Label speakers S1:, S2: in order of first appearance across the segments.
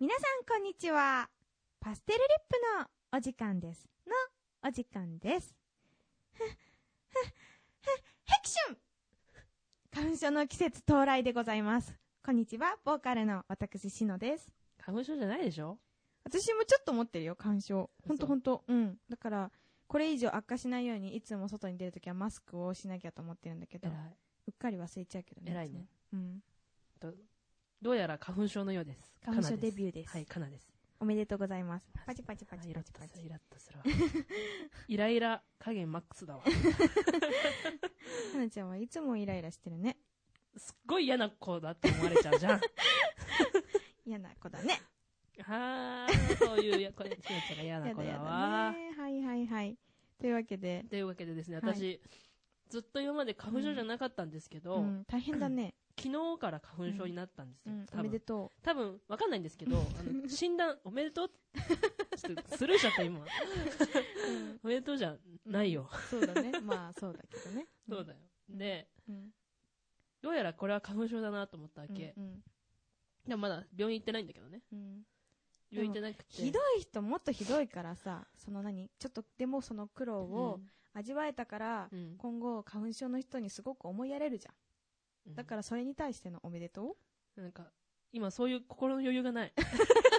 S1: 皆さんこんにちは。パステルリップのお時間です。のお時間です。ヘクション花粉症の季節到来でございます。こんにちは、ボーカルの私、しのです。
S2: 花粉症じゃないでしょ
S1: 私もちょっと持ってるよ、花粉症。ほんとほんと。うん。だから、これ以上悪化しないように、いつも外に出るときはマスクをしなきゃと思ってるんだけ
S2: え
S1: ど、う
S2: い。
S1: っかり忘れちゃうけどね。
S2: 偉いね
S1: つも。うん。
S2: どうやら花粉症のようです。
S1: 花粉症デビューです
S2: はい、カナです。
S1: おめでとうございます
S2: あ。
S1: パチパチパ
S2: あ
S1: チ
S2: イ
S1: パ
S2: ラッ
S1: チ
S2: と
S1: パ
S2: する、
S1: チ。
S2: イラッとするわ。 イライラ加減マックスだわ。
S1: はなちゃんはいつもイライラしてるね。
S2: すっごい嫌な子だって思われちゃうじ ゃん。
S1: 嫌な子だね。
S2: はー、そういうや、これ、ちなちゃんが嫌な
S1: や
S2: 子
S1: だ
S2: だ
S1: やだね。
S2: わ。
S1: はいはいはい。というわけで、
S2: というわけでですね、
S1: はい
S2: 私、ずっと今まで花粉症じゃなかったんですけど、
S1: うん、大変だね。
S2: 昨日から花粉症になったんです
S1: う
S2: よ。
S1: ん、おめ
S2: 多
S1: で
S2: 分、
S1: と
S2: 多分、わかんないんです けど、あの診断、おめでとうちょっとスルーしちゃった今。
S1: う。うん
S2: おめでとうじゃないよ。
S1: そうだ ね。まあそうだけどね。
S2: そうだよ。で、
S1: うん。
S2: どうやらこれは花粉症だなと思ったわ
S1: うん。
S2: け。
S1: うん
S2: でもまだ病院行ってないんだけどね。
S1: うん
S2: 病院行ってなくて。
S1: ひどい人もっとひどいからさ、その何ちょっとでもその苦労を味わえたから、
S2: うん、うん
S1: 今後花粉症の人にすごく思いやれるじゃん。だからそれに対してのおめでと
S2: ら、なんか、今そういう心の余裕がない。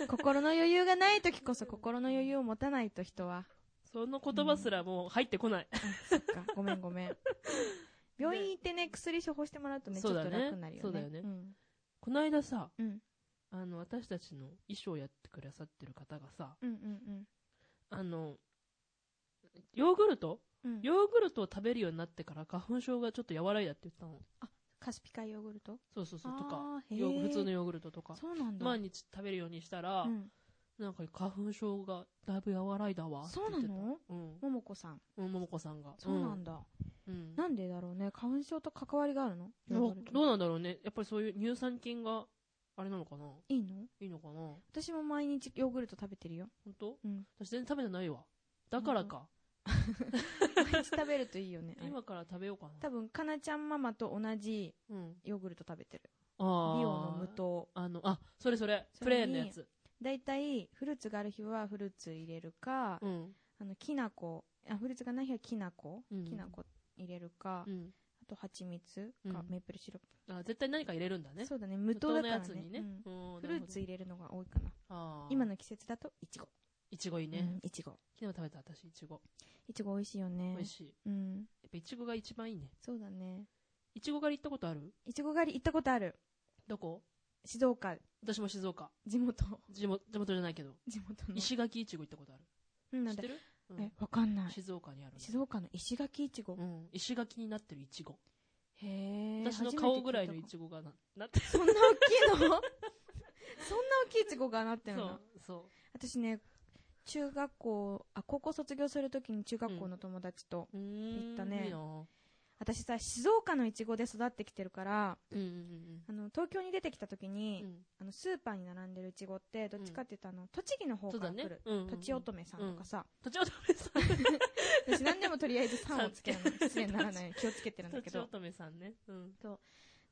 S1: う 心の余裕がない時こそ心の余裕を持たないと人は。
S2: その言葉すらもう入ってこない。
S1: あそっか、 ごめんごめん。病院行ってね、薬処方してもらうとね、ちょ
S2: そ
S1: っ
S2: うだ
S1: と
S2: ね
S1: 楽になるよね。
S2: そうだよね
S1: ん
S2: この間さ、
S1: うん。
S2: あの、私たちの衣装をやってくださってる方がさ、
S1: うんうん
S2: あの、ヨーグルト
S1: うん。うん、
S2: ヨーグルトを食べるようになってから花粉症がちょっと和らいだって言ったの。
S1: カスピ海ヨーグルト
S2: そうそうそう、とか。
S1: あーへ
S2: ヨー
S1: ー
S2: 普通のヨーグルトとか。
S1: そうなんだ。
S2: 毎日食べるようにしたら、
S1: うん、
S2: なんか花粉症がだいぶ和らいだわって
S1: そう
S2: 言
S1: な
S2: ってた。
S1: の
S2: うん。
S1: ももこさん。
S2: うん、ももこさんが。
S1: そうなんだ、
S2: うん。
S1: なんでだろうね。花粉症と関わりがあるの
S2: うん
S1: ヨーグルト
S2: どうなんだろうね。やっぱりそういう乳酸菌が、あれなのかない
S1: いの
S2: いいのかな本
S1: 私も毎日ヨーグルト食べてるよ。
S2: 当
S1: うん。
S2: 私全然食べてないわ。だからか。
S1: 毎日食べるといいよ ね。あれ
S2: 今から食べようかな。
S1: 多分、かなちゃんママと同じ
S2: うん。
S1: ヨーグルト食べてる。
S2: あ
S1: リ
S2: あ。
S1: オの無糖。
S2: あの、あ、それそれ。
S1: そ
S2: プ
S1: れ
S2: レ
S1: に
S2: ーンのやつ。
S1: だいたい、フルーツがある日はフルーツ入れるか、
S2: うん。
S1: あの、きな粉。あ、フルーツがない日はきな粉。
S2: うん
S1: きな粉入れるか、
S2: うん。
S1: あと蜂蜜か、
S2: うん
S1: メープルシロップ。
S2: あ、絶対何か入れるんだね。
S1: そうだね、無糖だから
S2: 無糖のやつにね。
S1: う
S2: うんん
S1: フルーツ入れるのが多いかな。今
S2: 今
S1: の季節だと、いちご。
S2: いちごいいね。
S1: うんいちご。
S2: 昨日食べた私、いちご。
S1: いちご美味しいよね。
S2: 美味しい。や
S1: うん。
S2: っぱいちごが一番いいね。
S1: そうだね。
S2: いちご狩り行ったことある
S1: いちご狩り行ったことある。
S2: どこ
S1: 静岡、
S2: 私も静岡。
S1: 地元。
S2: 地元、地元じゃないけど。
S1: 地元の。
S2: 石垣いちご行ったことある。
S1: うん、な
S2: 知
S1: んだ
S2: って。る、うん
S1: え、わかんない。
S2: 静岡にあるの
S1: 静岡の石垣いちご
S2: う。ん、石垣になってるいちご
S1: へえ。
S2: 私の顔ぐらいのい
S1: イ
S2: ちごがななってる
S1: そんな大きいの そんな大きいいちごがなってる
S2: そ
S1: の
S2: うそ
S1: 私ね、中学校、あ、高校卒業するときに中学校の友達と、
S2: ううーん
S1: 行ったね
S2: いいなうん
S1: 私さ、静岡のいちごで育ってきてるから、
S2: うんうん
S1: あの、東京に出てきたときに
S2: う、ん
S1: あのスーパーに並んでるいちごってどっちかっていうとあの、栃木の方
S2: そう
S1: か
S2: だ
S1: ら来
S2: ね
S1: る、
S2: うんうんうん
S1: とちおとめさんとかさ、
S2: とちおとめさん
S1: 私何でもとりあえ ず3をつけるの失礼にならないように気をつけてるんだ
S2: と
S1: け
S2: ちお
S1: ど
S2: とめさんねうん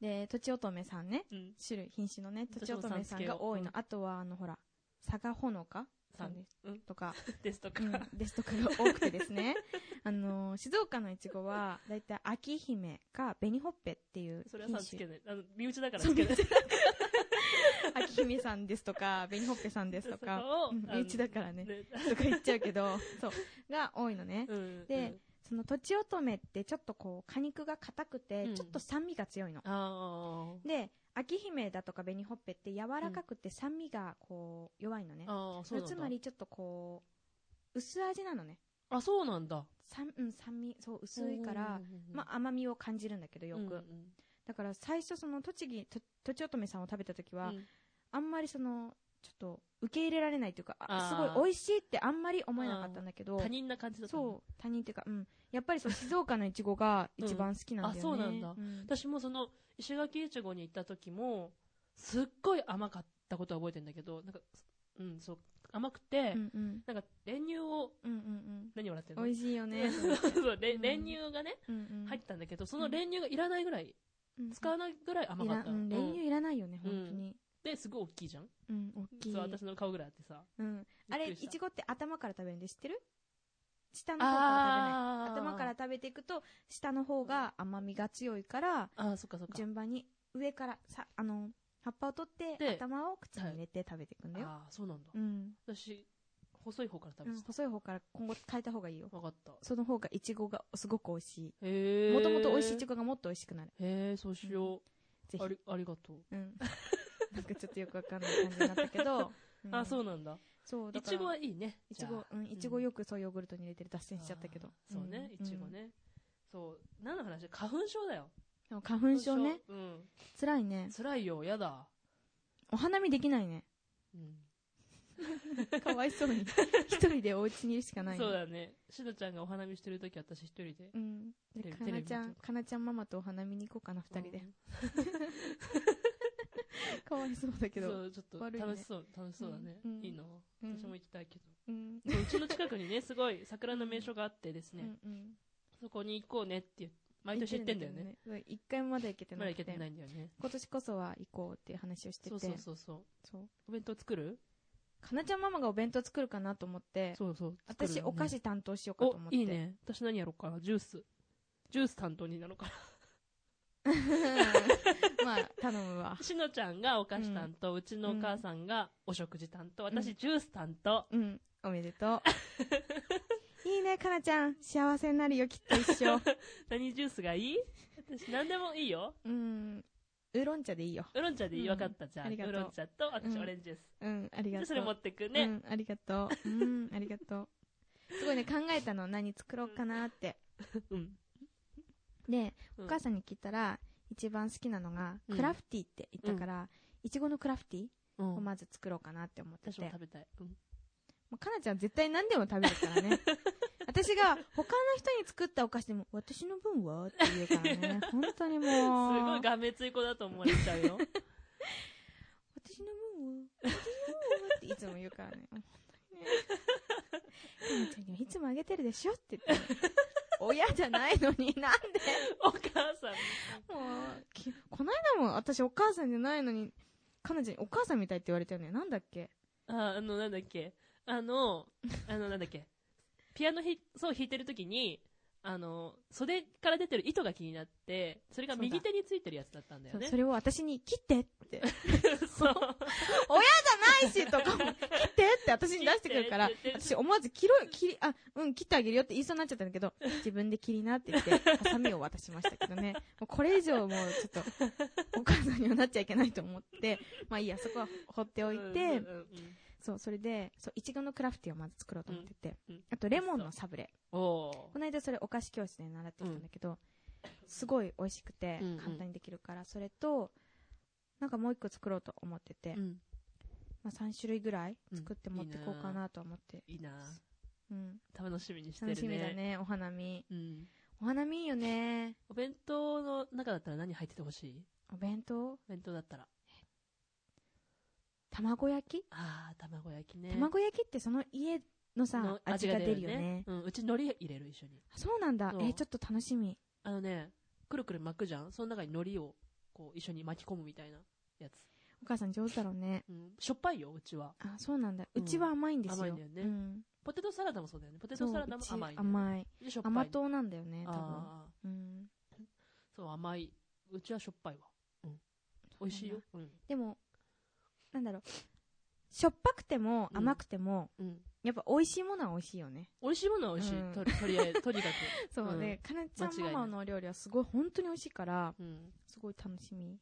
S1: でとちおとめさんね
S2: うん
S1: 種類品種のねとちおとめさんが多いの、
S2: 私もさんつけよう
S1: あとはあのほら佐賀ほのかさ
S2: さ
S1: ん
S2: ん
S1: です
S2: うん
S1: とか、
S2: ですとか、
S1: うん、ですとかが多くてですね あの静岡のいちごはだいたい秋姫か紅ほっぺっていう
S2: それ
S1: 品
S2: はさん
S1: 種
S2: つけないあの身内だからつけない
S1: 秋姫さんですとか紅ほっぺさんですとか
S2: そこを
S1: うん
S2: あの
S1: 身内だからね
S2: ね
S1: とか言っちゃうけどそうが多いのね、
S2: うん
S1: でそのとちおとめってちょっとこう果肉が硬くて、
S2: うん
S1: ちょっと酸味が強いの
S2: ああ
S1: で秋姫だとか紅ほっぺって柔らかくて酸味がこう弱いのね、
S2: ああそうなん
S1: つ
S2: だ
S1: まりちょっとこう薄味なのね
S2: あそうなんだ
S1: 酸,、うん、酸味そう薄いから、ま
S2: あ
S1: あ、甘みを感じるんだけどよく、
S2: うん
S1: だから最初その栃木ととちおとめさんを食べた時
S2: うん
S1: は、
S2: うん
S1: あんまりそのちょっと受け入れられないというかあす
S2: あー
S1: ごい美味しいってあんまり思えなかったんだけど
S2: 他人な感じだったの
S1: そう他人っていうか、うん、やっぱり そう静岡のいちごが一番好きなんだよね、
S2: うんあそうなんだ私もその石垣いちごに行った時もすっごい甘かったことは覚えてるんだけどなんか、うん、そう甘くて、
S1: うんうん
S2: なんか練乳を
S1: うんうん
S2: 何笑って
S1: う
S2: る
S1: ん
S2: の
S1: 美味しいよね
S2: そうれ
S1: うん
S2: 練乳がね、
S1: うんうん
S2: 入ってたんだけどその練乳がいらないぐらい、
S1: うん
S2: 使わないぐらい甘か
S1: い
S2: った、
S1: らうん練乳
S2: うん
S1: いらないよね、
S2: うん
S1: 本当に
S2: ってすごい大きいじゃん
S1: うん、大きい。
S2: そう私の顔ぐらいあってさ
S1: うん。あれ、
S2: びっくりした
S1: いちごって頭から食べるんで知ってる下の方から食べない。頭から食べていくと、下の方が甘みが強いから、
S2: あーそっかそっか
S1: 順番に上から、さ、あの、葉っぱを取って、
S2: で
S1: 頭を口に入れて食べていくんだよ。
S2: ああーそうなんだ
S1: うん。
S2: 私細い方から食
S1: うん
S2: べてた、
S1: 細い方から今後変えた方がいいよ。
S2: 分かった
S1: その方がいちごがすごく美味しい。
S2: へえ
S1: もともと美味しいいちごがもっと美味しくなる。
S2: へえそうしよう、
S1: ぜひ
S2: あ。りありがとう、
S1: うん。 なんかちょっとよくわかんない感じになったけど。うん
S2: あそうなんだ
S1: そう、だ
S2: い
S1: から
S2: ちごはいいね
S1: いちご、うん、いちごよくそうヨーグルトに入れてる脱線しちゃったけど。
S2: そうね
S1: ん
S2: いちご。ね、そう何の話花粉症だよ
S1: うんでも花粉症ね。
S2: うん
S1: 辛いね。
S2: 辛いよやだ、
S1: お花見できないね。
S2: うん
S1: かわいそうに。一人でお家にいるしかないね。
S2: そうだねしのちゃんがお花見してる時私一人で
S1: うん。
S2: テ
S1: で
S2: レビ
S1: かなちゃ
S2: テレビ見
S1: ん、
S2: て
S1: かなちゃんママとお花見に行こうかな、二人で
S2: う。ん
S1: かわいそうだけど。
S2: そうちょっと
S1: 悪いね
S2: 楽しそう、楽しそうだね、
S1: うんうん
S2: いいの
S1: うん
S2: 私も行きたいけど、
S1: うん。
S2: そううちの近くにねす ごい桜の名所があってです
S1: う
S2: ね、
S1: んうん。
S2: そこに行こうねって言う毎年行ってんだよね
S1: うん。一回もまだ行けて
S2: ま
S1: な
S2: だ
S1: い。
S2: 行けてないんだよね
S1: 今年こそは行こうっていう話をしてて。
S2: そうそうそうそう
S1: そう
S2: お弁当作る
S1: かなちゃんママがお弁当作るかなと思って、
S2: そうそう作る
S1: 私
S2: よね
S1: お菓子担当しようかと
S2: お
S1: 思って。
S2: いい。ね私何やろうかなジュースジュース担当になろうかな
S1: まあ、頼むわ。
S2: しのちゃんがお菓子担当、うちのお母さんがお食事担当私、
S1: うん
S2: ジュース担当
S1: うん、おめで とう。いいね、かなちゃん。幸せになるよ、きっと一生。
S2: 何ジュースがいい私何でもいいよ
S1: うん、ウーロン茶でいいよ。
S2: ウーロン茶でいい、
S1: うん
S2: わかったじゃ
S1: あ
S2: んウ
S1: りがと
S2: ー
S1: う
S2: ロン茶と私、
S1: うん
S2: オレンジです
S1: うん、あり
S2: じ
S1: がと
S2: ゃあ
S1: う。
S2: それ持ってくね、
S1: うん、ありがとう。うん、ありがとう。すごいね、考えたの。何作ろうかなって。
S2: うん
S1: で、
S2: う
S1: お
S2: ん
S1: 母さんに聞いたら、一番好きなのが、
S2: うん
S1: クラフティって言ったから、いちごのクラフティ
S2: うん
S1: をまず作ろうかなって思って
S2: 私
S1: て
S2: も。食べたい、うん
S1: もうかなちゃん絶対何でも食べるから ね。私が他の人に作ったお菓子でも、私の分はって言うからね。本当にもう。
S2: すごいがめつい子だと思われちゃう よ
S1: 私の分は、私の分はっていつも言うからね。 本当にね。かなちゃんにはいつもあげてるでしょって言って、親じゃないのになんで
S2: お母さん
S1: もう、きこの間も私お母さんじゃないのに、かなちゃんにお母さんみたいって言われたよね。なんだっけ
S2: ああのなんだっけあのあのなんだっけピアノひそう弾いてる時にあの袖から出てる糸が気になってそれが右手についてるやつだったんだよ
S1: そう
S2: ね
S1: それを私に切ってって。
S2: そう
S1: ないしとかも、切ってって私に出してくる から
S2: 切ってっ、て
S1: 私思わず切ろう、切り、あ、うん、切ってあげるよって言いそうになっちゃったんだけど、自分で切りなって言って、ハサミを渡しましたけど ね。もうこれ以上もうちょっと、お母さんにはなっちゃいけないと思って、まあいいや、そこは放っておい
S2: うんうん
S1: て、
S2: うん
S1: そう、それで、そう、いちごのクラフティをまず作ろうと思ってて
S2: うんうん、
S1: あとレモンのサブレ。
S2: おお
S1: この間それお菓子教室で習ってきたんだけど、すごい美味しくて
S2: うんうん、
S1: 簡単にできるから、それと、なんかもう一個作ろうと思ってて、
S2: うん
S1: まあ、3種類ぐらい
S2: うん
S1: 作って持ってこうかなと思って、
S2: いいな
S1: うん
S2: 楽しみにしてるね
S1: 楽しみだねお花見
S2: うん
S1: お花見いいよね
S2: お弁当の中だったら何入っててほしい
S1: お弁当
S2: お弁当だったら
S1: 卵焼き、
S2: ああ卵焼きね
S1: 卵焼きってその家のさ
S2: の
S1: 味が出るよね
S2: うん、うち海苔入れる一緒に
S1: あそうなんだ
S2: そう
S1: えーちょっと楽しみ
S2: あのねくるくる巻くじゃんその中に海苔をこう一緒に巻き込むみたいなやつ
S1: お母さん上手だろうね
S2: うん、しょっぱいようちは
S1: あそうなんだ
S2: う
S1: うんちは甘いんですよ、
S2: 甘いんだよね
S1: うん
S2: ポテトサラダもそうだよねポテ
S1: そ
S2: ト
S1: う
S2: サラダも
S1: うち
S2: 甘い、ね、
S1: 甘い
S2: でしょっぱい
S1: 甘党なんだよね多分
S2: ああ
S1: うん
S2: そう甘いうちはしょっぱいわ、うん、美味しいようん、
S1: でもなんだろうしょっぱくても甘くても、
S2: うん、
S1: やっぱ美味しいものは美味しいよね
S2: 美味しいものは美味しい、
S1: うん
S2: とりとりあ えずとにか
S1: そう
S2: うん
S1: ね、かなちゃん
S2: 間
S1: マ
S2: 違いない
S1: マのお料理はすごい本当に美味しいから、
S2: く、うん、
S1: すごい楽し み。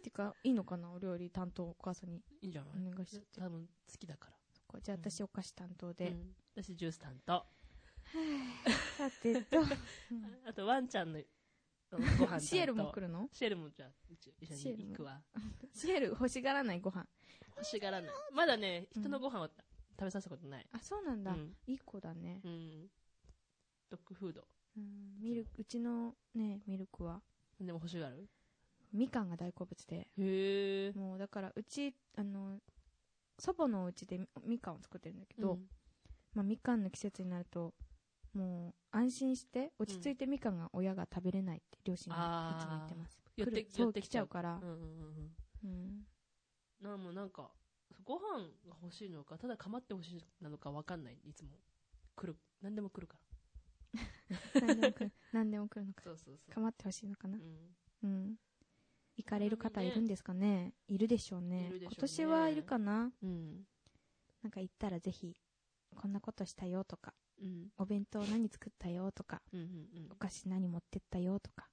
S1: てか、いいのかなお料理担当お母さんに
S2: いいんじゃな
S1: お
S2: い、
S1: 願いしてて。
S2: 多分好きだから
S1: そっかじゃあ私お菓子担当
S2: う
S1: で。
S2: ん私ジュース担当、
S1: さてと、うん
S2: あとワンちゃんのあのご飯担当
S1: シエルも来るの
S2: シエルもじゃあうち一緒に行くわ
S1: シエル欲しがらないご飯。
S2: 欲しがらないまだね
S1: うん
S2: 人のご飯を食べさせたことない、
S1: あ、そうなん
S2: う
S1: だ。
S2: ん
S1: いい子だね
S2: う。ん、ドッグフード
S1: うんミルク、うちのね、ミルクは、
S2: でも欲しがる
S1: みかんが大好物で。
S2: へえ
S1: もうだから、うち、あの、祖母のうちでみみかんを作ってるんだけど、まあ、みかんの季節になるともう安心して落ち着いてみかんが親が食べれないって両親がいつも言ってます、
S2: あー
S1: 来る
S2: 寄って
S1: そう
S2: 寄って
S1: 来
S2: き
S1: ち
S2: ち
S1: ゃ
S2: ゃ
S1: う
S2: う
S1: から
S2: うんうんうん
S1: うん、
S2: なもうなんか、ご飯が欲しいのか、ただ構って欲しいなのかわかんない、いつも。来る。何でも来るから。
S1: 何でも来る何でも来るのか
S2: そうそうそう。
S1: 構ってほしいのかな
S2: うん。
S1: うん行かれる方いるんですかねいるでしょうね
S2: いるでしょうね
S1: 今年はいるかな
S2: うん。
S1: なんか行ったらぜひこんなことしたよとか
S2: うん。
S1: お弁当何作ったよとか
S2: うん。うん。うん
S1: お。菓子何持ってったよとか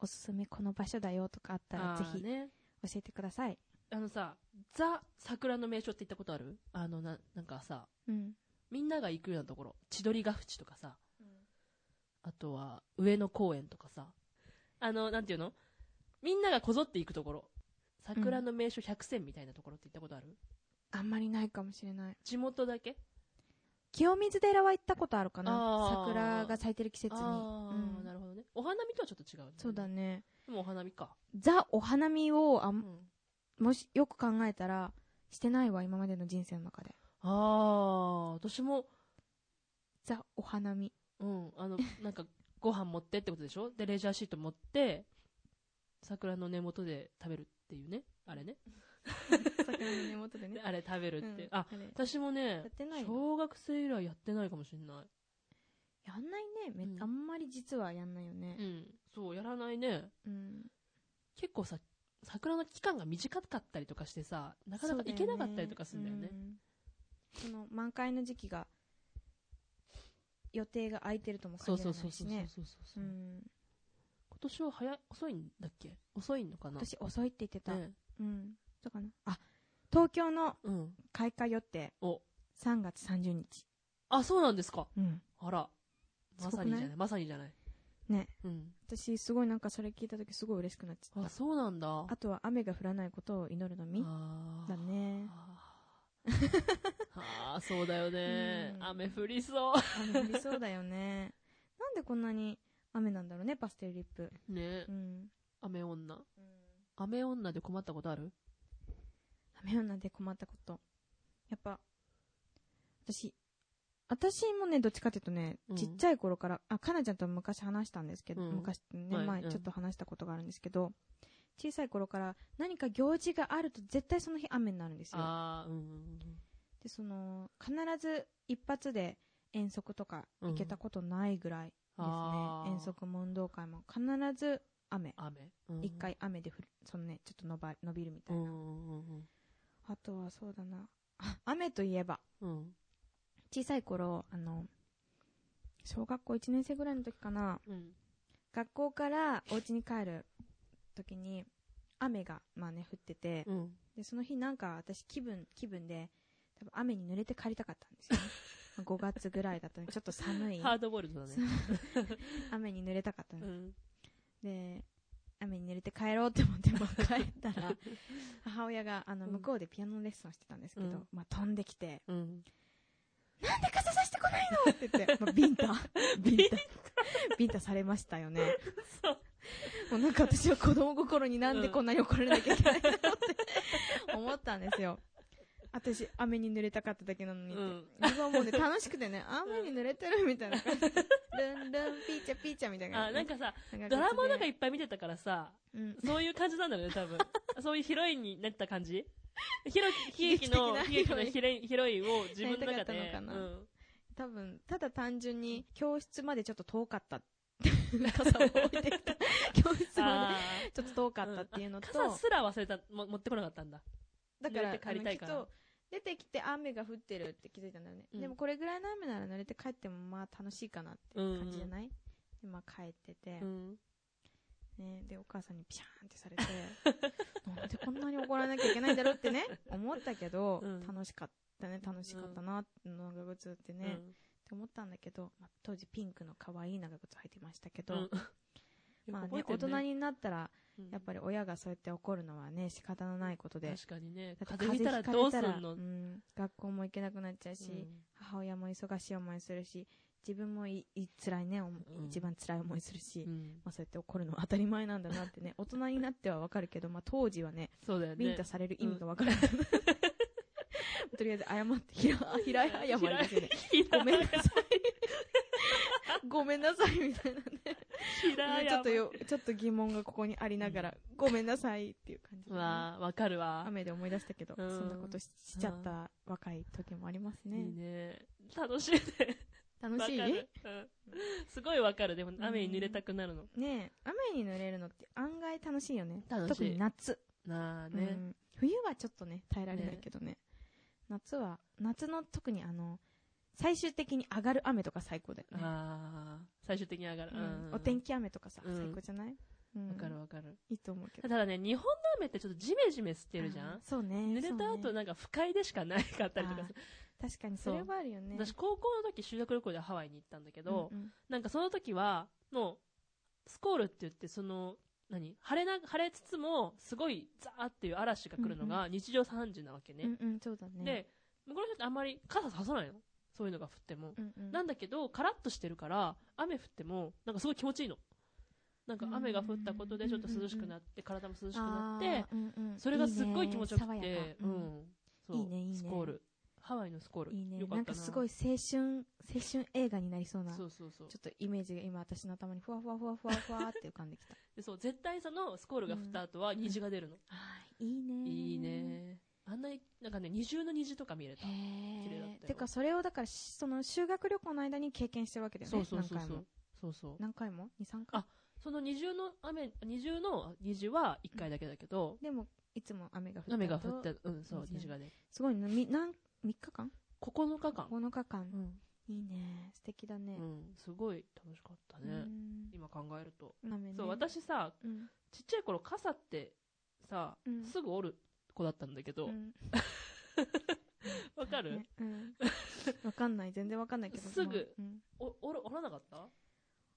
S1: おすすめこの場所だよとかあったら
S2: あ
S1: ぜ
S2: ー
S1: ひ教
S2: ね。
S1: えてください、
S2: あのさ、ザ・桜の名所って行ったことあるあの、な、なんかさ、
S1: うん
S2: みんなが行くようなところ。千鳥ヶ淵とかさ、あとは上野公園とかさ、あの、なんていうのみんながこぞって行くところ。桜の名所100選みたいなところって行ったことある、
S1: あんまりないかもしれない
S2: 地元だけ
S1: 清水寺は行ったことあるか
S2: あ
S1: な
S2: ー
S1: 桜が咲いてる季節に、
S2: ああ
S1: う
S2: ー、
S1: ん
S2: なるほどね。お花見とはちょっと違う、ね。
S1: そうだ
S2: ね。
S1: ね
S2: でもお花見か。
S1: ザお花見をあ
S2: うん
S1: もしよく考えたらしてないわ今までの人生の中で
S2: ああ、私も、
S1: ザお花 見
S2: うん、あの、なんか、ご飯持ってってことでしょで、レジャーシート持って、桜の根元で食べるっていうね。あれね。
S1: 桜の根元で
S2: であれ食べるって。あ、
S1: あれ
S2: 私もね
S1: やっ、てないの
S2: 小学生以来やってないかもしれない。
S1: やんないねめ、
S2: うん
S1: あんまり実はやんないよね
S2: うん。そう、やらないね。
S1: うん
S2: 結構さ、桜の期間が短かったりとかしてさ、なかなか行けなかったりとかするんだよね。
S1: うんその満開の時期が予定が空いてるとも
S2: そ
S1: 限ら
S2: うそうそ
S1: な
S2: う
S1: いしね
S2: そうそうそうう。
S1: ん
S2: 今年は早い、遅いんだっけ遅いのかな
S1: 私遅いって言ってた、
S2: ね
S1: うんそうかなあ東京の
S2: うん。
S1: 開花予定
S2: お。
S1: 3月30日
S2: あ、そうなんですか。
S1: うん
S2: あら。
S1: すご
S2: ま
S1: く
S2: さ
S1: ない
S2: にじゃない。まさにじゃない。
S1: ね
S2: うん。
S1: 私すごいなんかそれ聞いた時すごい嬉しくなっちゃっ
S2: あ、
S1: た
S2: そうなんだ。
S1: あとは雨が降らないことを祈るのみ
S2: あ
S1: だ
S2: ー
S1: ね
S2: あーそうだよね
S1: う。ん
S2: 雨降りそう。
S1: 雨降りそうだよね なんでこんなに雨なんだろうねパステルリップ
S2: ね
S1: うん、
S2: 雨女。雨女で困ったことある
S1: 雨女で困ったことやっぱ私私もねどっちかっていうとね、
S2: うん
S1: ちっちゃい頃からあかなちゃんとも昔話したんですけど、
S2: うん
S1: 昔ね、
S2: はい
S1: 前
S2: うん
S1: ちょっと話したことがあるんですけど、小さい頃から何か行事があると絶対その日雨になるんですよ
S2: ああ、うんうんうん。
S1: でその必ず一発で遠足とか行けたことないぐらいですね、
S2: あー
S1: 遠足も運動会も必ず雨
S2: 雨。
S1: 一、回雨で降るそのねちょっと伸ば伸びるみた
S2: う
S1: い
S2: ん
S1: な、
S2: うんうんうん
S1: あとはそうだな あ雨といえば
S2: うん。うん。
S1: 小さい頃あの小学校1年生ぐらいの時かな
S2: うん。
S1: 学校からお家に帰る時に雨がまあね降ってて、
S2: うん。
S1: でその日なんか私気分気分で多分雨に濡れて帰りたかったんですよね まあ5月ぐらいだったんでちょっと寒い
S2: ハードボイルドだね。
S1: 雨に濡れたかったんで
S2: う
S1: す、
S2: ん。
S1: で雨に濡れて帰ろうって思って、まあ、帰った ら母親があの
S2: うん
S1: 向こうでピアノのレッスンをしてたんですけど、
S2: うん
S1: まあ、飛んできて
S2: うん。
S1: なんで傘さしてこないのって言って、まあ、ビン タ、ビンタ、ビンタされましたよね。
S2: そう。
S1: もうなんか私は子供心になんでこんなに怒られなきゃいけないのって思ったんですよ。私、雨に濡れたかっただけなのにって。
S2: うん
S1: 僕はもうね、楽しくてね、雨に濡れてるみたいな 感じ。ルンルン、ピーチャピーチャみたいな
S2: あ、
S1: 感じ
S2: なん
S1: で。
S2: かさ、
S1: なん
S2: ドラマな
S1: 別
S2: んか
S1: で
S2: いっぱい見てたからさ、
S1: うん。
S2: そういう感じなんだよね、多 分。そういうヒロインになった感 じヒロ悲劇の、
S1: 悲
S2: 悲
S1: 劇的
S2: 劇
S1: な
S2: のヒロインヒロインを自分の
S1: なりた
S2: 中
S1: かっ
S2: で
S1: た。のかな
S2: うん
S1: 多分、ただ単純に教室までちょっと遠か った。傘を置いてきた。教室ま
S2: あ
S1: で
S2: ー
S1: ちょっと遠かったっていうのと。
S2: 傘すら忘れた、も持ってこなかったんだ。
S1: だから
S2: 濡れて帰りたいから
S1: あのきっと出てきて雨が降ってるって気づいたんだよね、
S2: うん
S1: でもこれぐらいの雨なら濡れて帰ってもまあ楽しいかなって
S2: うん
S1: 感じじゃない、でまあ帰ってて、
S2: うん。
S1: ね、でお母さんにピシャーンってされて なんでこんなに怒らなきゃいけないんだろうって ね思ったけど、
S2: うん
S1: 楽しかったね楽しかったな、長靴ってね、
S2: う
S1: っ
S2: ん
S1: て思ったんだけど、まあ、当時ピンクの可愛い長靴履いてましたけど、
S2: うん
S1: まあ
S2: よく覚え
S1: ね
S2: て
S1: 大
S2: る
S1: 人になったら
S2: うん
S1: やっぱり親がそうやって怒るのはね仕方のないことで
S2: 確かに
S1: だ
S2: ね
S1: って
S2: 風邪ひいたらどうすんの
S1: う、ん、学校も行けなくなっちゃうし、
S2: うん
S1: 母親も忙しい思いするし自分もいい辛いね、おも
S2: うん
S1: 一番辛い思いするし、
S2: うん
S1: まあ、そうやって怒るのは当たり前なんだなって ね大人になってはわかるけど、まあ、当時はね
S2: そうだよ
S1: ビン
S2: ね
S1: タされる意味がわからない、 とりあえず謝って平 平謝りですよねごめんなさいごめんなさいみたいなね
S2: 平
S1: ね
S2: 謝
S1: ちょっとよちょっと疑問がここにありながら、ごめんなさいっていう感じでね
S2: わあ、わかるわ。
S1: 雨で思い出したけど、
S2: うん
S1: そんなことししちゃった若い時もありますね
S2: いい。ね。楽しいね。
S1: 楽
S2: わか
S1: しい
S2: る。うんすごいわかる。でも
S1: ん
S2: 雨に濡れたくなるの。
S1: ねえ雨に濡れるのって案外楽しいよね。
S2: 楽しい
S1: 特に夏。
S2: なあ
S1: う
S2: ね。
S1: ん冬はちょっとね、耐えられないけどね。夏は、夏の特にあの、最終的に上がる雨とか最高だよね。
S2: ああ、最終的に上がる。
S1: うんお天
S2: 気。
S1: 気雨とかさ、
S2: うん
S1: 最高じゃないうん
S2: わかるわかる。
S1: いいと思うけ
S2: た
S1: ど。
S2: だね、日本の雨ってちょっとジメジメしてるじゃ
S1: あ
S2: ん
S1: ーそうね。
S2: 濡れた
S1: そ
S2: 後
S1: うね
S2: なんか不快でしかないかったりとかする
S1: あー確かにそれはあるよね。
S2: 私高校の時修学旅行でハワイに行ったんだけど、
S1: うんうん
S2: なんかその時はもうスコールって言ってその何晴れな晴れつつもすごいザーっていう嵐が来るのが日常3時なわけね、
S1: うんうん、そうだね。
S2: で向こうの人ってあんまり傘ささないのそういうのが降っても、
S1: うんうん、
S2: なんだけどカラッとしてるから雨降ってもなんかすごい気持ちいいのなんか雨が降ったことでちょっと涼しくなって体も涼しくなって、
S1: あー、うんうん
S2: それがすっごい気持ちよく
S1: いい
S2: て、
S1: ね
S2: う
S1: 爽やか
S2: ん。そう
S1: いいねいいね
S2: スコール。ハワイのスコール。
S1: いいね
S2: よか
S1: な
S2: っ
S1: ん
S2: た
S1: か
S2: な。
S1: すごい青春青春映画になりそうな
S2: そうそうそう
S1: ちょ。っとイメージが今私の頭にふわふわふわふわふわって浮かんでき た
S2: でそう、絶対そのスコールが降った後は虹が出るの。
S1: あーいいね
S2: いいね。あんなに、なんかね、二重の虹とか見れた
S1: へ。え
S2: 綺麗だったよ
S1: てかそれをだからしその修学旅行の間に経験してるわけだよね
S2: そうそうそ
S1: 何
S2: うそ
S1: 回も
S2: う。そうそう。
S1: 何回も23回
S2: あその二重の雨、二重の虹は一回だけだけど、
S1: でもいつも雨が降った後
S2: 雨が降った、うん、そう、
S1: 虹が
S2: 虹が出る。
S1: すごいなみなん3日間
S2: 9日間。
S1: 9日間、
S2: うん。
S1: いいね素敵だね,
S2: うんすごい楽しかった
S1: うん、
S2: ね。今考えると。
S1: 雨ね
S2: そう、私さ、
S1: うん
S2: ちっちゃい頃傘ってさ、
S1: うん
S2: すぐ折る子だったんだけど、
S1: ん
S2: わかる、
S1: ねうん。 わかんない。全然わかんないけど。
S2: すぐ
S1: まあうん
S2: お折る折らなかった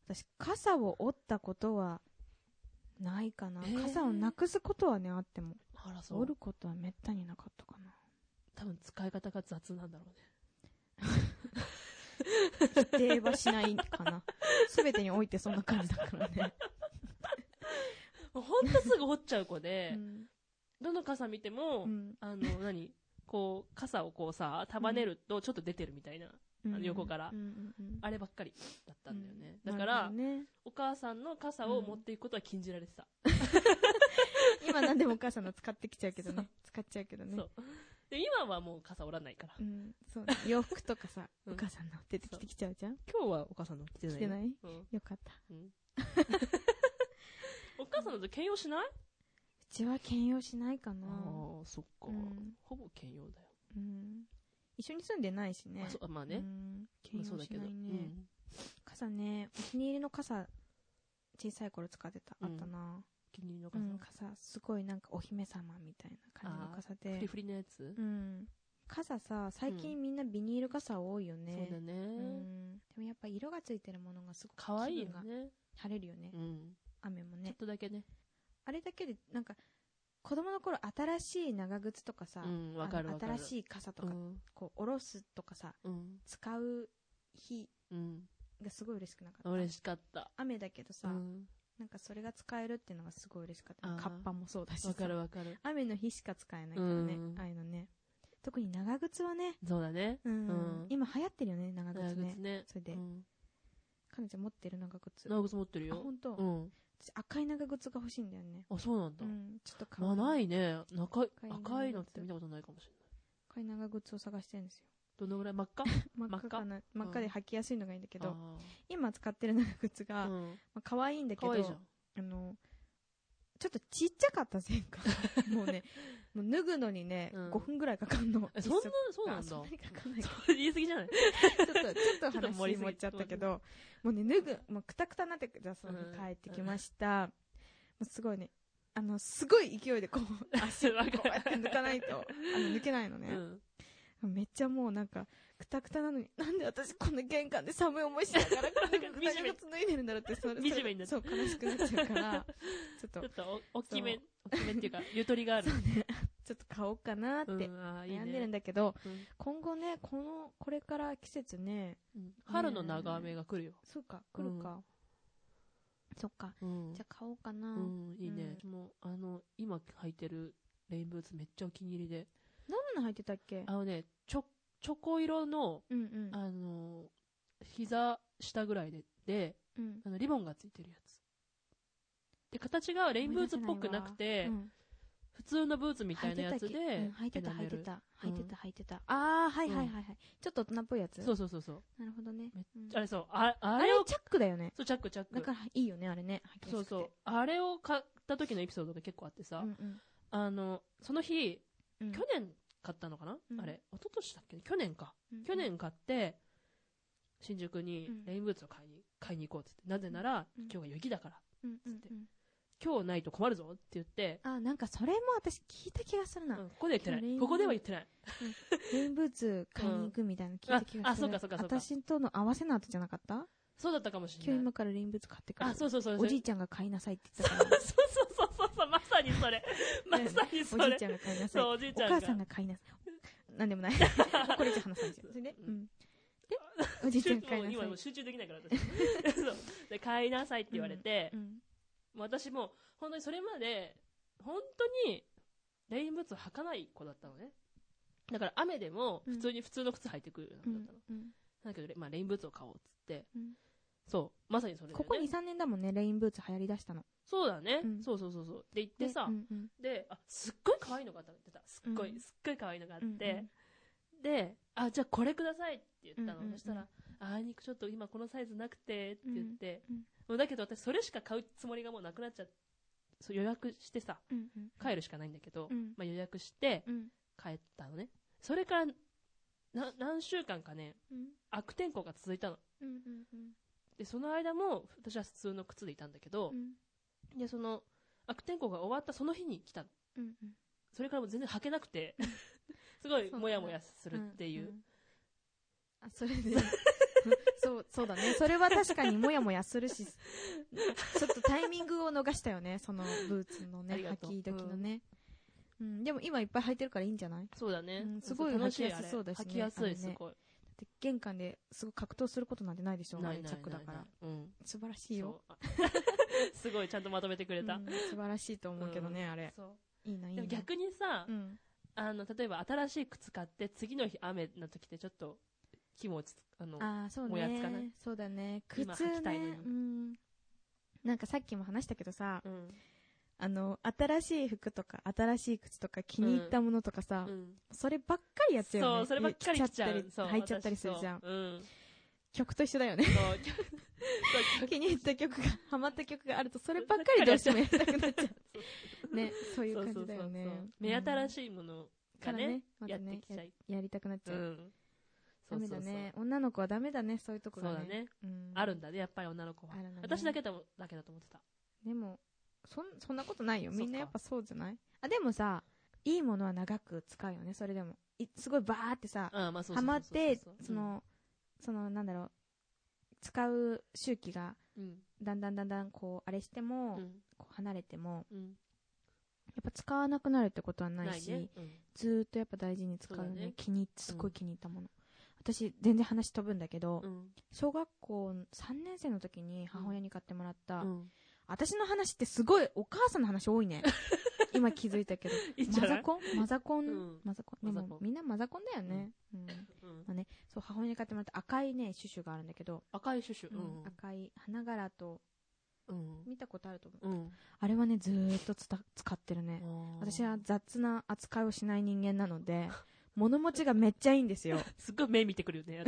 S1: 私、傘を折ったことは、ないかな
S2: え。ー
S1: 傘をなくすことはね、あっても。
S2: あらそう
S1: 折ることはめったになかったかな。
S2: 多分使い方が雑なんだろうね
S1: 否定はしないかな。 すべてにおいてそんな感じだからね。
S2: もうほんとすぐ折っちゃう子で、
S1: うん
S2: どの傘見ても、
S1: うん
S2: あの何こう傘をこうさ束ねるとちょっと出てるみたいな、の横から
S1: うんうんうん
S2: あればっかりだったんだよね、
S1: うん
S2: だから、
S1: なるほどね
S2: お母さんの傘を持っていくことは禁じられてた、
S1: 今何でもお母さんの使ってきちゃうけ どね。使っちゃうけどね
S2: そ。うで今はもう傘折らないから、
S1: うんそうね洋服とかさ、
S2: う
S1: お
S2: ん
S1: 母さんの出てきてきちゃうじゃん
S2: 今日はお母さんの着て
S1: 着てない
S2: うん
S1: よかった。う
S2: うん お母さんのと兼用しない、
S1: ちは兼用しないかな。
S2: あそっか
S1: うん
S2: ほぼ兼用だよ、
S1: うん一緒に住んでないしね
S2: あ。そうあまあ
S1: う
S2: ね、
S1: ん。兼用
S2: まあ
S1: し
S2: そうだけど、
S1: ないうね。
S2: ん
S1: 傘ね、お気に入りの傘、小さい頃使ってた。あったな。
S2: お気に入りの
S1: う
S2: 傘、
S1: ん、傘、すごいなんかお姫様みたいな感じの傘
S2: フリ
S1: で。
S2: フリのやつ、
S1: うん。傘さ、最近みんなビニール傘多いよ
S2: そうだ
S1: ね。
S2: ね、
S1: うん。でもやっぱ色がついてるものがすごく
S2: 可愛いよ
S1: 気分が
S2: ね、
S1: 晴れるよね
S2: う。ん、
S1: 雨も
S2: ちょっ
S1: ね。
S2: とだけね
S1: あれだけで、なんか、子供の頃新しい長靴とかさ、
S2: うんわかる
S1: あ
S2: わ
S1: の
S2: かる
S1: 新しい傘と
S2: う
S1: か、
S2: ん
S1: こう、おろすとかさ、
S2: うん
S1: 使う日
S2: うん
S1: がすごい嬉しくなかった
S2: 嬉しかった
S1: 雨だけどさ、
S2: うん
S1: なんかそれが使えるっていうのがすごい嬉しかった
S2: あー
S1: カッパもそうだしさ
S2: わかるわかる
S1: 雨の日しか使えないからね
S2: うん
S1: ああいうのね特に長靴はね、
S2: そうだね
S1: うん
S2: うん
S1: 今流行ってるよね長
S2: 長
S1: 靴ね
S2: 靴ね
S1: それで、
S2: うん
S1: 彼女持ってる長靴あ
S2: 長靴持ってるよ
S1: 本当、
S2: うん
S1: 私赤い長靴が欲しいんだよね
S2: あそうなんだ、
S1: うんちょっと可
S2: ま
S1: 愛
S2: あ
S1: い
S2: ないね赤い
S1: 赤い
S2: 赤いのって見たことないかもしれない
S1: 赤い長靴を探してるんですよ
S2: どのぐらい真っ赤
S1: 真
S2: 真
S1: っ
S2: っ赤
S1: 赤かな真っ赤で履きやすいのがいいんだ けど、
S2: あ
S1: 今使ってる長靴が、
S2: ー
S1: ま
S2: うん
S1: あ、可愛いんだけ
S2: 可
S1: ど
S2: 愛いじゃん
S1: あの、ちょっとちっちゃかった前 回。もうね、もう脱ぐのにね、
S2: うん
S1: 5分ぐらいかかんの。
S2: えそんな
S1: 一足
S2: そうなんだ
S1: あそんなにかかんないか。
S2: そう言い過ぎじゃない
S1: ちょっと、ちょっと
S2: ちょっと盛
S1: 話
S2: りすぎ
S1: 持っちゃったけど、もうね、脱ぐ、もうくたくたになってくださに
S2: うん
S1: 帰ってきました。もうすごいね、あの、すごい勢いでこう、足をこ
S2: わかる
S1: うやって抜かないと、あの抜けないの
S2: う
S1: ね。
S2: ん
S1: めっちゃもうなんか、くたくたなのに、なんで私こんな玄関で寒い思いしながら、
S2: ん
S1: 長
S2: か惨め
S1: 靴脱いでるんだろうって、それ
S2: 惨めになっ
S1: そう、悲しくなっちゃうから、ちょっと
S2: ちょっ、とお大きめ大きめっていうかゆとりが ある
S1: ちょっと買おうかなって
S2: うん
S1: 悩
S2: あーいい
S1: んでるん
S2: ね
S1: だけど、
S2: うん
S1: 今後ね、この、これから季節ね、
S2: うん春の長雨が来るよ
S1: そうか、来るか。そっか、
S2: うん
S1: じゃあ買おうかな。
S2: うん、いいね。
S1: う
S2: もう、あの、今履いてるレインブーツめっちゃお気に入りで。
S1: 何の履いてたっけ
S2: あのね、ちょ、チョコ色の、
S1: うんうん。
S2: あの、膝下ぐらいで、で、
S1: うん
S2: あの、リボンがついてるやつ。で、形がレインブーツっぽくなくて、
S1: うん
S2: 普通のブーツみた
S1: 履いて
S2: いなや
S1: た
S2: つ
S1: 気
S2: で、
S1: うん履いてた
S2: ペダ
S1: 履い
S2: ル
S1: てた履いて
S2: うん
S1: た履いてたああはいはいはいはいちょっと大人っぽいやつ
S2: そうそうそうそう。
S1: なるほどね
S2: めっ
S1: うん
S2: あれそう、ああ
S1: あれ
S2: れを、
S1: チャックだよね
S2: そう、チャックチャック。
S1: だからいいよねあれね履き
S2: そ
S1: や
S2: う
S1: すくて
S2: そう。あれを買った時のエピソードが結構あってさ、
S1: うんうん
S2: あの、その日、
S1: うん
S2: 去年買ったのかな、
S1: うん
S2: あれ、一昨年だっけ去年か。
S1: うん
S2: 去年買って、新宿に
S1: うん
S2: レインブーツを買いに、買いに行こうっつって。なぜなら、
S1: うん
S2: 今日が雪だから。
S1: うんうん
S2: つって
S1: うん
S2: 今日ないと困るぞって言って、
S1: あなんかそれも私聞いた気がするな
S2: うんここでは言ってな
S1: 今日レイン
S2: い。
S1: ブー
S2: ここでは言ってない。
S1: レインブーツ買いに行くみたいなの聞いた気
S2: うんあ
S1: が
S2: あ
S1: す
S2: そう
S1: る
S2: かそうかそうか
S1: 私との合わせの後じゃなかった
S2: そうだったかもしれ
S1: 今日
S2: ない。
S1: 今からレインブーツ買ってくる
S2: あ、そうそうそうそう。
S1: おじいちゃんが買いなさいって言ってたから
S2: そうそうそうそうそう、まさにそれ。まさに そ
S1: おじい
S2: れ
S1: ち。ゃんが買いなさい
S2: そう、おじい
S1: お
S2: ちゃんが。
S1: 母さんが買いなさいなんでも ないこれ以上話さないでそれで
S2: うん
S1: うんでおじいちゃんが買い
S2: もう
S1: な
S2: 今
S1: さい
S2: もう集中できないから私 そうで買いなさいって言われて
S1: う、ん
S2: もう私もう本当にそれまで本当にレインブーツを履かない子だったのねだから雨でも
S1: うん
S2: 普通に普通の靴履いてくるよう
S1: う
S2: な子だっ
S1: ん
S2: たの、
S1: うん
S2: だけど、まあ、レインブーツを買おうっつって、
S1: うん
S2: そうまさにそれだよね
S1: ここ23年だもんねレインブーツ流行りだしたの
S2: そうだね、
S1: うん
S2: そうそうそうそうで行ってさ、
S1: うんうん
S2: であすっごい可愛いのがあったの出たすっごい、
S1: うん
S2: すっごい可愛いのがあって、
S1: うん
S2: であじゃあこれくださいって言ったの、
S1: うんうんうん
S2: そしたらああいにくちょっと今このサイズなくてって言って、
S1: うんうん
S2: もうだけど私それしか買うつもりがもうなくなっちゃってそう予約してさ
S1: うんうん
S2: 帰るしかないんだけど、
S1: うん
S2: まあ、予約して
S1: うん
S2: 帰ったのねそれからな何週間かね
S1: うん
S2: 悪天候が続いたの
S1: うんうんうん
S2: でその間も私は普通の靴でいたんだけど、でその悪天候が終わったその日に来たの
S1: うんうん
S2: それからもう全然履けなくて すごいモヤモヤするっていう、
S1: んんあそれで そうそうだねそれは確かにもやもやするしちょっとタイミングを逃したよねそのブーツのね
S2: ありがとう
S1: 履き時のね、うんでも今いっぱい履いてるからいいんじゃないだ
S2: そうだね、
S1: うんすごい
S2: 楽
S1: 履
S2: し
S1: き
S2: い
S1: やすそうだしね
S2: あれ履きやす
S1: あれ
S2: い
S1: ね
S2: すごい
S1: って玄関ですごい格闘することなんてないでしょ
S2: ないない
S1: あれチャックだから
S2: ないないうん
S1: 素晴らしいよ、
S2: そうあ すごいちゃんとまとめてくれた、
S1: うん素晴らしいと思うけどね、あれ
S2: そ
S1: いいないうい
S2: で
S1: な
S2: も逆にさ、
S1: うん
S2: あの例えば新しい靴買って次の日雨の時ってちょっと気持ちつあの
S1: ああそう
S2: もやつかな
S1: ねそうだね
S2: 今
S1: 靴
S2: 履きたいの
S1: ね
S2: に
S1: うんなんかさっきも話したけどさ
S2: うん
S1: あの新しい服とか新しい靴とか気に入ったものとかさ、
S2: うん
S1: そればっかりやっちゃうよね
S2: そうそればっか
S1: 着
S2: り来ちゃう
S1: ちゃったり履いちゃったりするじゃん
S2: うん
S1: 曲と一緒だ よね
S2: そう そう
S1: 気に入った曲がハマった曲があるとそればっかりどうしてもやりたくなっちゃうねそういう
S2: そう
S1: 感
S2: そう
S1: じだ
S2: そう
S1: よね
S2: そう目新
S1: い
S2: しいもの
S1: か
S2: が
S1: らね
S2: ね
S1: ま
S2: や
S1: た
S2: って
S1: ね
S2: きちゃい
S1: ややりたくなっち
S2: う
S1: ゃう、
S2: んそ
S1: ダメ
S2: うそうそ
S1: だ
S2: う
S1: ね女の子はダメだねそういうとこがね
S2: そうだね
S1: うん
S2: あるんだねやっぱり女の子は
S1: あるのね
S2: 私だけだもだけだと思ってた
S1: でもそんそんなことないよ
S2: そっか
S1: みんなやっぱそうじゃないあでもさいいものは長く使うよねそれでもいすごいバーってさ
S2: あまあそうそ
S1: ハ
S2: うそうそう
S1: マって
S2: うん
S1: その、そのなんだろう使う周期が
S2: うん
S1: だんだんだんだんこうあれしても、
S2: うん
S1: こう離れても
S2: うん
S1: やっぱ使わなくなるってことはないし
S2: ねうん
S1: ずーっとやっぱ大事に使うよ
S2: そう
S1: ね
S2: だね
S1: 気に入っすごい気に入ったもの、私全然話飛ぶんだけど、
S2: うん
S1: 小学校3年生の時に母親に買ってもらった、
S2: うん
S1: 私の話ってすごいお母さんの話多 いね今気づいたけど
S2: いいんじゃ
S1: マ
S2: な
S1: ザ
S2: い
S1: コンマザコン、
S2: うん
S1: マザコンで
S2: マ
S1: も
S2: ザコン
S1: みんなマザコンだよね、うん
S2: うん
S1: そう母親に買ってもらった赤いねシュシュがあるんだけど、
S2: 赤いシュシュうん
S1: 赤い花柄と
S2: うん
S1: 見たことあると思う
S2: うん
S1: あれはねずーっとつた使ってるね私 は雑な扱いをしない人間なので 物持ちがめっちゃいいん ですよ
S2: すっごい目見てくるよね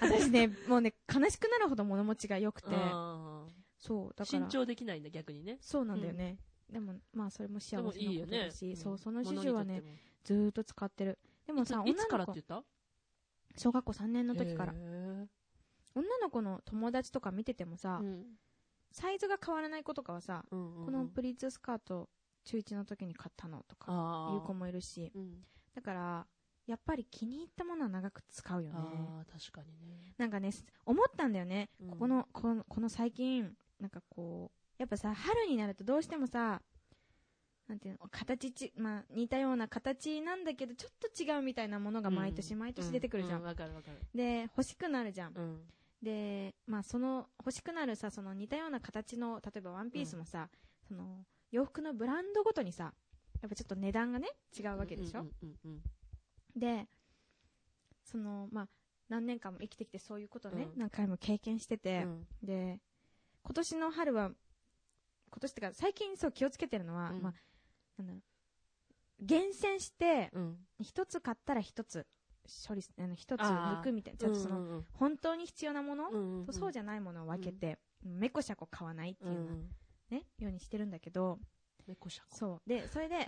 S2: 私
S1: 私ねもうね悲しくなるほど物持ちが良くて
S2: あ
S1: そうだか
S2: ー
S1: ら
S2: 慎重できないんだ逆にね
S1: そうなんだよね、でもまあそれも幸せ
S2: で
S1: なこ
S2: も
S1: と
S2: いいよね
S1: だし
S2: うん
S1: そうそのシュシュはね
S2: 物にと
S1: ずーっと使ってるでもさ
S2: ってもいついつから
S1: 女の
S2: って
S1: 子
S2: 言った
S1: 小学校3年の時から
S2: へー
S1: 女の子の友達とか見ててもさ、
S2: うん
S1: サイズが変わらない子とかはさ、
S2: うんうん
S1: このプリーツスカート中1の時に買ったのとか
S2: あー
S1: いう子もいるし
S2: うん
S1: だからやっぱり気に入ったものは長く使うよね
S2: あー確かにね
S1: なんかねす思ったんだよね、
S2: うん
S1: ここのこのこの最近なんかこうやっぱさ春になるとどうしてもさなんていうの形ち、まあ、似たような形なんだけどちょっと違うみたいなものが毎年
S2: うん
S1: 毎年出てくるじゃん、
S2: ううわかるわかる
S1: で欲しくなるじゃん、
S2: うん
S1: で、まあ、その欲しくなるさその似たような形の例えばワンピースもさ、その洋服のブランドごとにさやっぱちょっと値段がね違うわけでしょ、
S2: うんうんうんうん
S1: でそのまあ何年間も生きてきてそういうことをね、
S2: うん
S1: 何回も経験してて
S2: う、ん
S1: で今年の春は今年ってか最近そう気をつけてるのは、
S2: うん
S1: まあ、なんだろう厳選して
S2: うん。
S1: 一つ買ったら一つ処理すあの一つ
S2: あー
S1: 抜くみたいなちゃんとその、
S2: うん
S1: 本当に必要なもの
S2: うんうん、
S1: とそうじ
S2: ゃ
S1: ゃないものを分けて、めこしゃこ買わないっていうような
S2: うん。
S1: ね、ようにしてるんだけど
S2: 猫しゃこ。
S1: そうでそれ で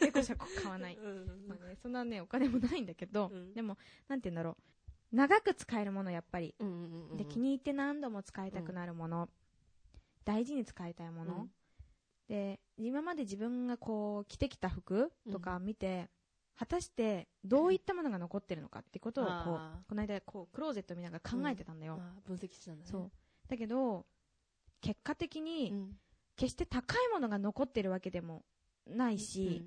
S1: めこしゃこ買わない、
S2: うんうんうん
S1: まあね、そんなねお金もないんだけど、
S2: うん
S1: でもなんて言うんだろう長く使えるものやっぱり
S2: うんうんうんうん
S1: で気に入って何度も使いたくなるもの、大事に使いたいもの、
S2: うん
S1: で今まで自分がこう着てきた服とか見て、果たしてどういったものが残ってるのかってことをこう
S2: あ
S1: この間こうクローゼット見ながら考えてたんだ
S2: ー
S1: よ、
S2: あー分析してたんだね。
S1: そうだけど結果的
S2: う
S1: に
S2: ん。
S1: 決して高いものが残ってるわけでもないし、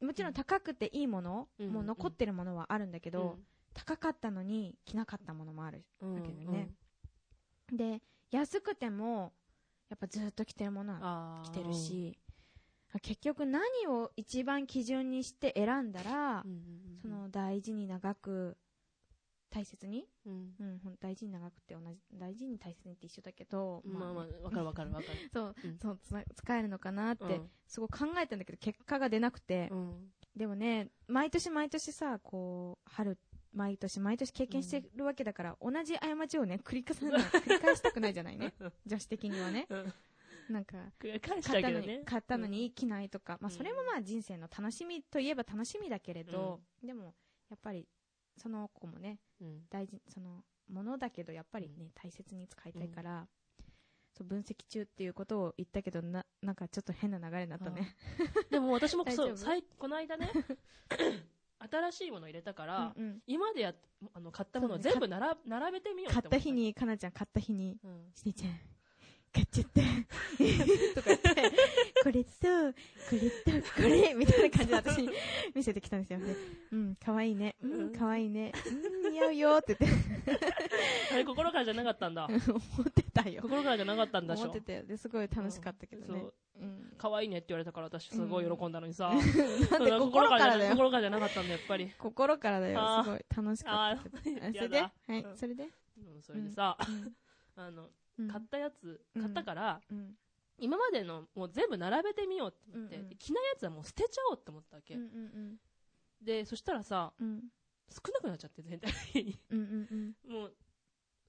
S1: もちろん高くていいもの、
S2: うん
S1: もう残ってるものはあるんだけ
S2: け
S1: ど、、高かったのに着なかったものもある
S2: うん
S1: だけどね。で安くてもやっぱずっと着てるものは
S2: あ
S1: 着てる、し、結局何を一番基準にして選んだら、
S2: うんうんうんうん
S1: そ、の大事に長く大切に、
S2: うん
S1: うん、ほん大事に長くって同じ大事に大切にって一緒だけど、
S2: まあま
S1: ね
S2: あ、わかるわかるわかる。
S1: そう
S2: うん
S1: そうつな使えるのかなって、
S2: うん
S1: すごい考えたんだけど結果が出なくて、
S2: うん
S1: でもね毎年毎年さこう春毎年毎年経験してるわけだから、同じ過ちをね繰り返さ ない繰り返したくないじゃないね女子的にはね
S2: うん
S1: なんか
S2: 繰り返し
S1: 買
S2: た
S1: った
S2: け
S1: の
S2: ど
S1: に、
S2: ね。
S1: 買ったのに着ないとか、まあ
S2: うん
S1: それもまあ人生の楽しみといえば楽しみだけれど、でもやっぱりその子もね
S2: うん、
S1: 大事そのものだけどやっぱりね、
S2: う
S1: 大切に使いたいから、そう分析中っていうことを言ったけどななんかちょっと変な流れになったね
S2: でも私も
S1: 大丈
S2: そ
S1: 夫
S2: う、最この間 ね、新しいもの入れたか
S1: うん
S2: ら、
S1: うん
S2: 今までやあの買ったものを
S1: そうね
S2: 全部なら並べてみよう
S1: 買
S2: て
S1: っ
S2: 思
S1: た日、にかなちゃん買った日に
S2: うん
S1: しねちゃん買っちゃった とか言ってこれとこれとこれみたいな感じで私に見せてきたんですよねうん可愛いねうん可愛いねうん似合うよって言って
S2: あれ心からじゃなかったん だ
S1: 思ってたよ
S2: 心からじゃなかったんだし
S1: 思
S2: ょ
S1: ってたよですごい楽しかったけどね
S2: そう
S1: うん
S2: 可愛いねって言われたから私すごい喜んだのにさ、
S1: なんで心からだよ
S2: 心からじゃなかったんだやっぱり、
S1: 心からだ
S2: あ
S1: よ
S2: ー
S1: すごい楽しかったけど
S2: あー
S1: あそれで
S2: や
S1: は
S2: だ
S1: い
S2: うん
S1: それで
S2: うん、それでさ、 あの
S1: うん
S2: 買ったやつ、
S1: うん
S2: 買ったから
S1: うん
S2: 今までのもう全部並べてみようって思って、
S1: うんうん
S2: で着ないやつはもう捨てちゃおうって思ったわけ、
S1: うんうん
S2: でそしたらさ
S1: うんうん
S2: 少なくなっちゃって全体的に
S1: うんうんうん
S2: もう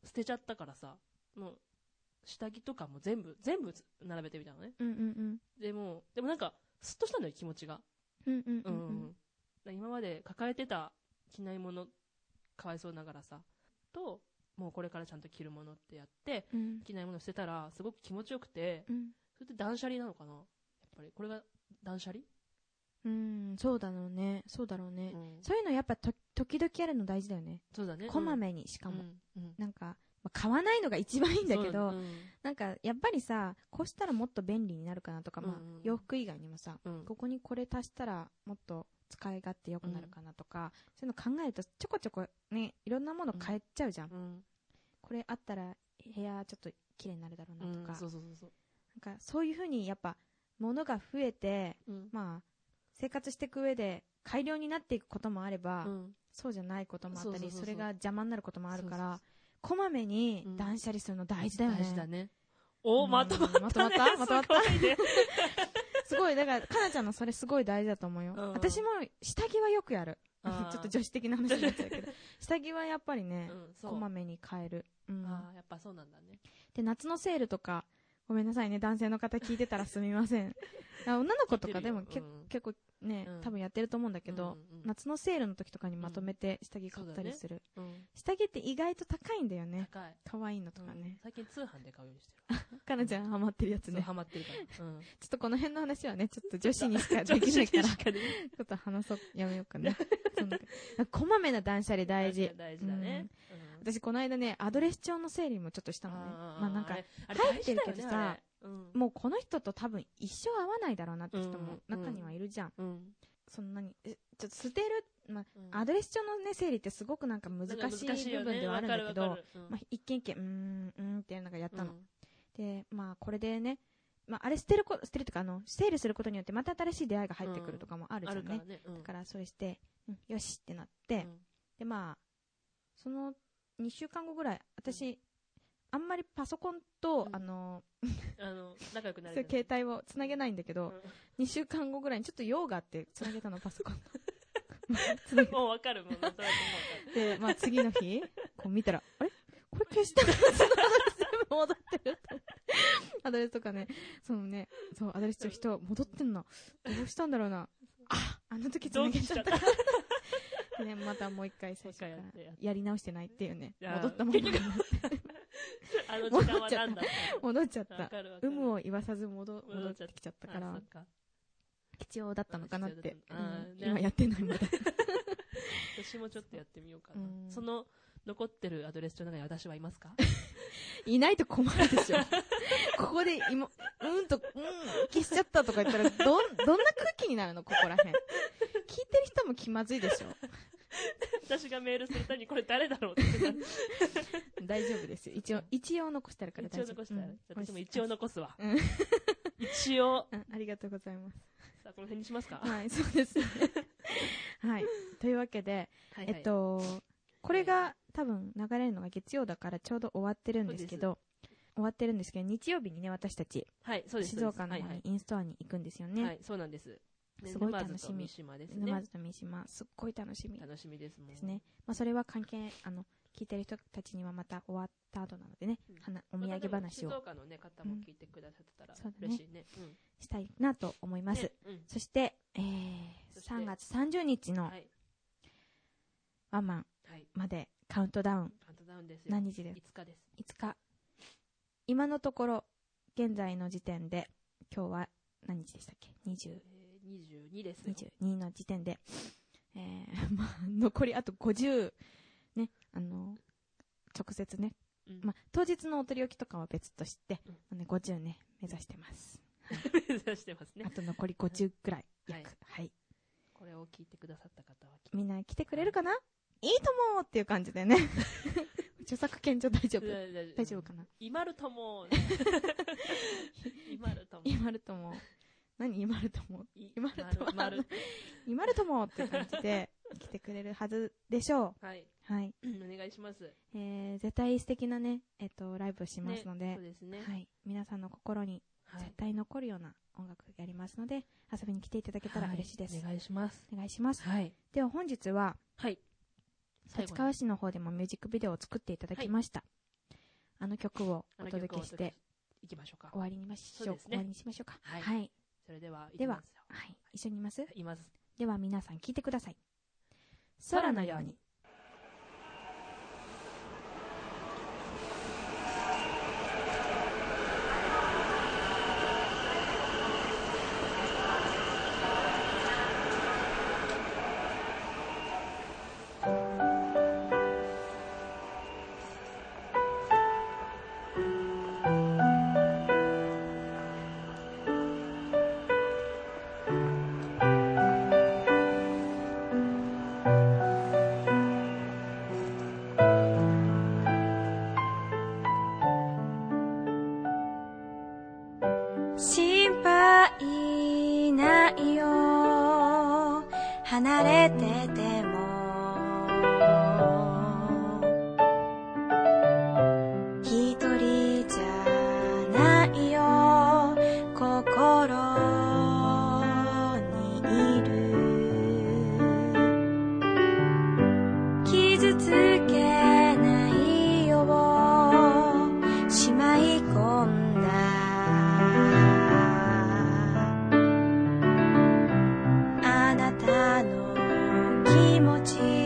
S2: 捨てちゃったからさもう下着とかも全部全部並べてみたのね
S1: うんうんうん
S2: でもでもなんかスッとしたんだよ気持ちが
S1: うんうんう
S2: うんん、
S1: うんうん
S2: 今まで抱えてた着ないものかわいそうながらさともうこれからちゃんと着るものってやって
S1: うん
S2: 着ないものを捨てたらすごく気持ちよくて
S1: うん
S2: それって断捨離なのかなやっぱりこれが断捨離、
S1: うんそうだろうねそうだろうね、
S2: うん
S1: そういうのやっぱと時々やるの大事だよね
S2: そうだね
S1: こまめにしか
S2: うん
S1: も、
S2: うんうん
S1: なんか、まあ買わないのが一番いいんだけど、
S2: そう
S1: なんかやっぱりさこうしたらもっと便利になるかなとか、まあ
S2: うんうん
S1: 洋服以外にもさ
S2: うんうん
S1: ここにこれ足したらもっと使い勝手良くなるかなとか、そういうの考えるとちょこちょこねいろんなもの変えちゃうじゃん、
S2: うん
S1: これあったら部屋ちょっと綺麗になるだろうなとか、
S2: そうそうそうそう
S1: なんかそういうふうにやっぱ物が増えて
S2: うん
S1: まあ生活していく上で改良になっていくこともあれば、
S2: うん
S1: そうじゃないこともあったり
S2: そ
S1: そ
S2: うそうそうそ
S1: れ
S2: う
S1: が邪魔になることもあるから
S2: そうそうそう
S1: こまめに
S2: うん
S1: 断捨離するの大事だよね、
S2: 大事だねお
S1: うん
S2: まとまったね
S1: まとまったまとまった
S2: すごいね
S1: すごいだからかなちゃんのそれすごい大事だと思うよ、
S2: うん
S1: 私も下着はよくやる ちょ
S2: あー
S1: っと女子的な話になっちゃう けど下着はやっぱりね
S2: う、んそう
S1: こまめに変える、うん、
S2: あーやっぱそうなんだね
S1: で夏のセールとかごめんなさいね男性の方聞いてたらすみま せんあ女の子とかでも
S2: 聞いて
S1: け、
S2: るようん
S1: 結構ね、
S2: うん
S1: 多分やってると思うんだけど、
S2: うんうん
S1: 夏のセールの時とかにまとめて下着買ったりする、
S2: うん
S1: 下着って意外と高いんだよね
S2: 高い
S1: 可愛いのとか
S2: うん
S1: ね、
S2: 最近通販で買うようにしてる
S1: かなちゃんハマってるやつ
S2: そう
S1: ね
S2: ハマってるからうん
S1: ちょっとこの辺の話はねちょっと女子にしかできないからち
S2: 確かに
S1: ょっと話そうやめようかねそんなこまめな断捨離大事
S2: 大事だねうん
S1: 私この間ねアドレス帳の整理もちょっとしたのね
S2: あー
S1: まあなんか
S2: れあれ
S1: 入ってるけど
S2: 大事だよ
S1: さ
S2: ね
S1: もうこの人と多分一生会わないだろうなって人も
S2: うん
S1: 中にはいるじゃん、
S2: あれうん
S1: そんなにえちょっと捨てる、ま
S2: うん
S1: あ、アドレス帳のね整理ってすごくなんか難
S2: なんか
S1: し
S2: 難
S1: い部分ではあるんだけど、
S2: よねわかるわかるうん
S1: まあ、一軒一軒うーんうーんってなんかやったの、
S2: うん
S1: でまあこれでねまあ、あれ捨てるこ捨てるとかあの整理することによってまた新しい出会いが入ってくるとかもあるじゃ
S2: あ
S1: んね
S2: る、からねうん
S1: だからそれして、うんよしってなって、
S2: うん
S1: でまあその2週間後ぐらい私あんまりパソコンと、
S2: うん
S1: あの
S2: あの、仲良くな
S1: そう
S2: れる。
S1: 携帯をつなげないんだけど、2週間後ぐらいにちょっと用があってつなげたのパソコン とつなげ
S2: もうわかるもん、 なんとなくも
S1: て、まあ、次の 日こう見たらあれこれ消したやつのアドレス全部戻ってると思ってアドレスとかねそのねそうアドレスと人戻ってんのどうしたんだろうなああの時つなげちゃったで
S2: 同
S1: ねまたもう一回最初から
S2: もう一回やって
S1: やり直してないっていうね
S2: いやー
S1: 戻ったまま
S2: 結わかるあの時間は何だった
S1: 戻っちゃっ
S2: のわ
S1: た
S2: かるわか
S1: 有
S2: る。
S1: 無を言わさず戻戻
S2: 戻
S1: っ
S2: ってちゃった
S1: きちゃったか
S2: あ
S1: ら
S2: そっか
S1: 必要だったのかなって、
S2: あ必要
S1: う
S2: だったの
S1: ん
S2: あーね
S1: 今やってないまだ
S2: 私もちょっとやってみようか
S1: うん
S2: な。その、残ってるアドレス帳の中に私はいますか
S1: いないと困るでしょここで今うんとうん消しちゃったとか言ったらどんどんな空気になるのここらへん聞いてる人も気まずいでしょ
S2: 私がメールするたびにこれ誰だろうってなる。
S1: 大丈夫ですよ一応一応残してあるから
S2: 一
S1: 大
S2: 応
S1: 丈夫
S2: 残したら
S1: うん、
S2: 私も一応残すわ
S1: うん。
S2: 一応、
S1: うんありがとうございます
S2: さあ、この辺にしますか
S1: はいそうです ねはいというわけで
S2: はいはい
S1: えっと、これが多分流れるのが月曜だからちょうど終わってるんですけど、終わってるんですけど、日曜日にね、私たち、
S2: はい、そうです。
S1: 静岡の
S2: はい
S1: 方
S2: は
S1: に
S2: い
S1: インストアに行くんですよ
S2: は
S1: ね。
S2: い、そうなんです。ね
S1: すごい楽しみ
S2: 沼津と三島ですね。
S1: 沼津と三島、すっごい楽しみ
S2: 楽しみですもん。
S1: ですね。まあ、それは関係、あの、聞いてる人たちにはまた終わった後なのでね、
S2: うん
S1: はなお
S2: ま
S1: 土
S2: た
S1: 産話
S2: でも静
S1: を
S2: 岡のね方も聞いてくださってたら
S1: うんそうだね
S2: 嬉しいね。うん
S1: したいなと思います
S2: ね。うん
S1: そして、えー
S2: そして
S1: 3月30日の
S2: はい
S1: ワンマン
S2: はい。
S1: までカウントダウン、
S2: カウントダウンですよ。
S1: 何時です
S2: いつかです。
S1: 5日今のところ現在の時点で今日は何日でしたっけ
S2: え
S1: 20
S2: ー二十二ですよ。
S1: 22の時点で、えー まあ、残りあと50ねあの直接ね、
S2: うん
S1: まあ、当日のお取り置きとかは別として
S2: うん、
S1: まあね、50ね目指してます
S2: 目指してますね
S1: あ。と残り50ぐらい
S2: はい
S1: 約はい、
S2: これを聞いてくださった方はきっ
S1: みんな来てくれるかないいと思うっていう感じで ね著作権上大丈
S2: と
S1: 夫大
S2: 大
S1: 丈夫かな
S2: 今るともうね。今るとも。
S1: 今るとも何今るとも
S2: い
S1: 今るとも
S2: まるまる
S1: 今るともって感じ で来てくれるはずでしょ
S2: はい。
S1: う。はい。
S2: うんお願いします。
S1: えー、絶対素敵なね、えっ、と、ライブをしますので、
S2: ねそうですね。
S1: はい。皆さんの心に
S2: は
S1: 絶
S2: い。
S1: 対残るような音楽やりますので、遊びに来ていただけたら嬉しいです。
S2: はお願いします。
S1: お願いします。
S2: はい。
S1: では本日は、
S2: はい。最
S1: 立
S2: 後に
S1: 川市の方でもミュージックビデオを作っていただきました。あの曲をお届けして、
S2: いきましょうか
S1: 終。わりにしましょ
S2: そう
S1: う
S2: ですね
S1: 終わりにしましょうか。
S2: はい
S1: はい。
S2: それでは、
S1: では
S2: 行きますよ
S1: はい一緒にいます
S2: います。
S1: では皆さん聞いてください。空
S2: 空
S1: の
S2: の
S1: よ
S2: よ
S1: う
S2: う
S1: に
S2: に。
S3: 心配ないよ離れてても一人じゃないよ心にいる傷つけないようしまい込んだあなたの気持ち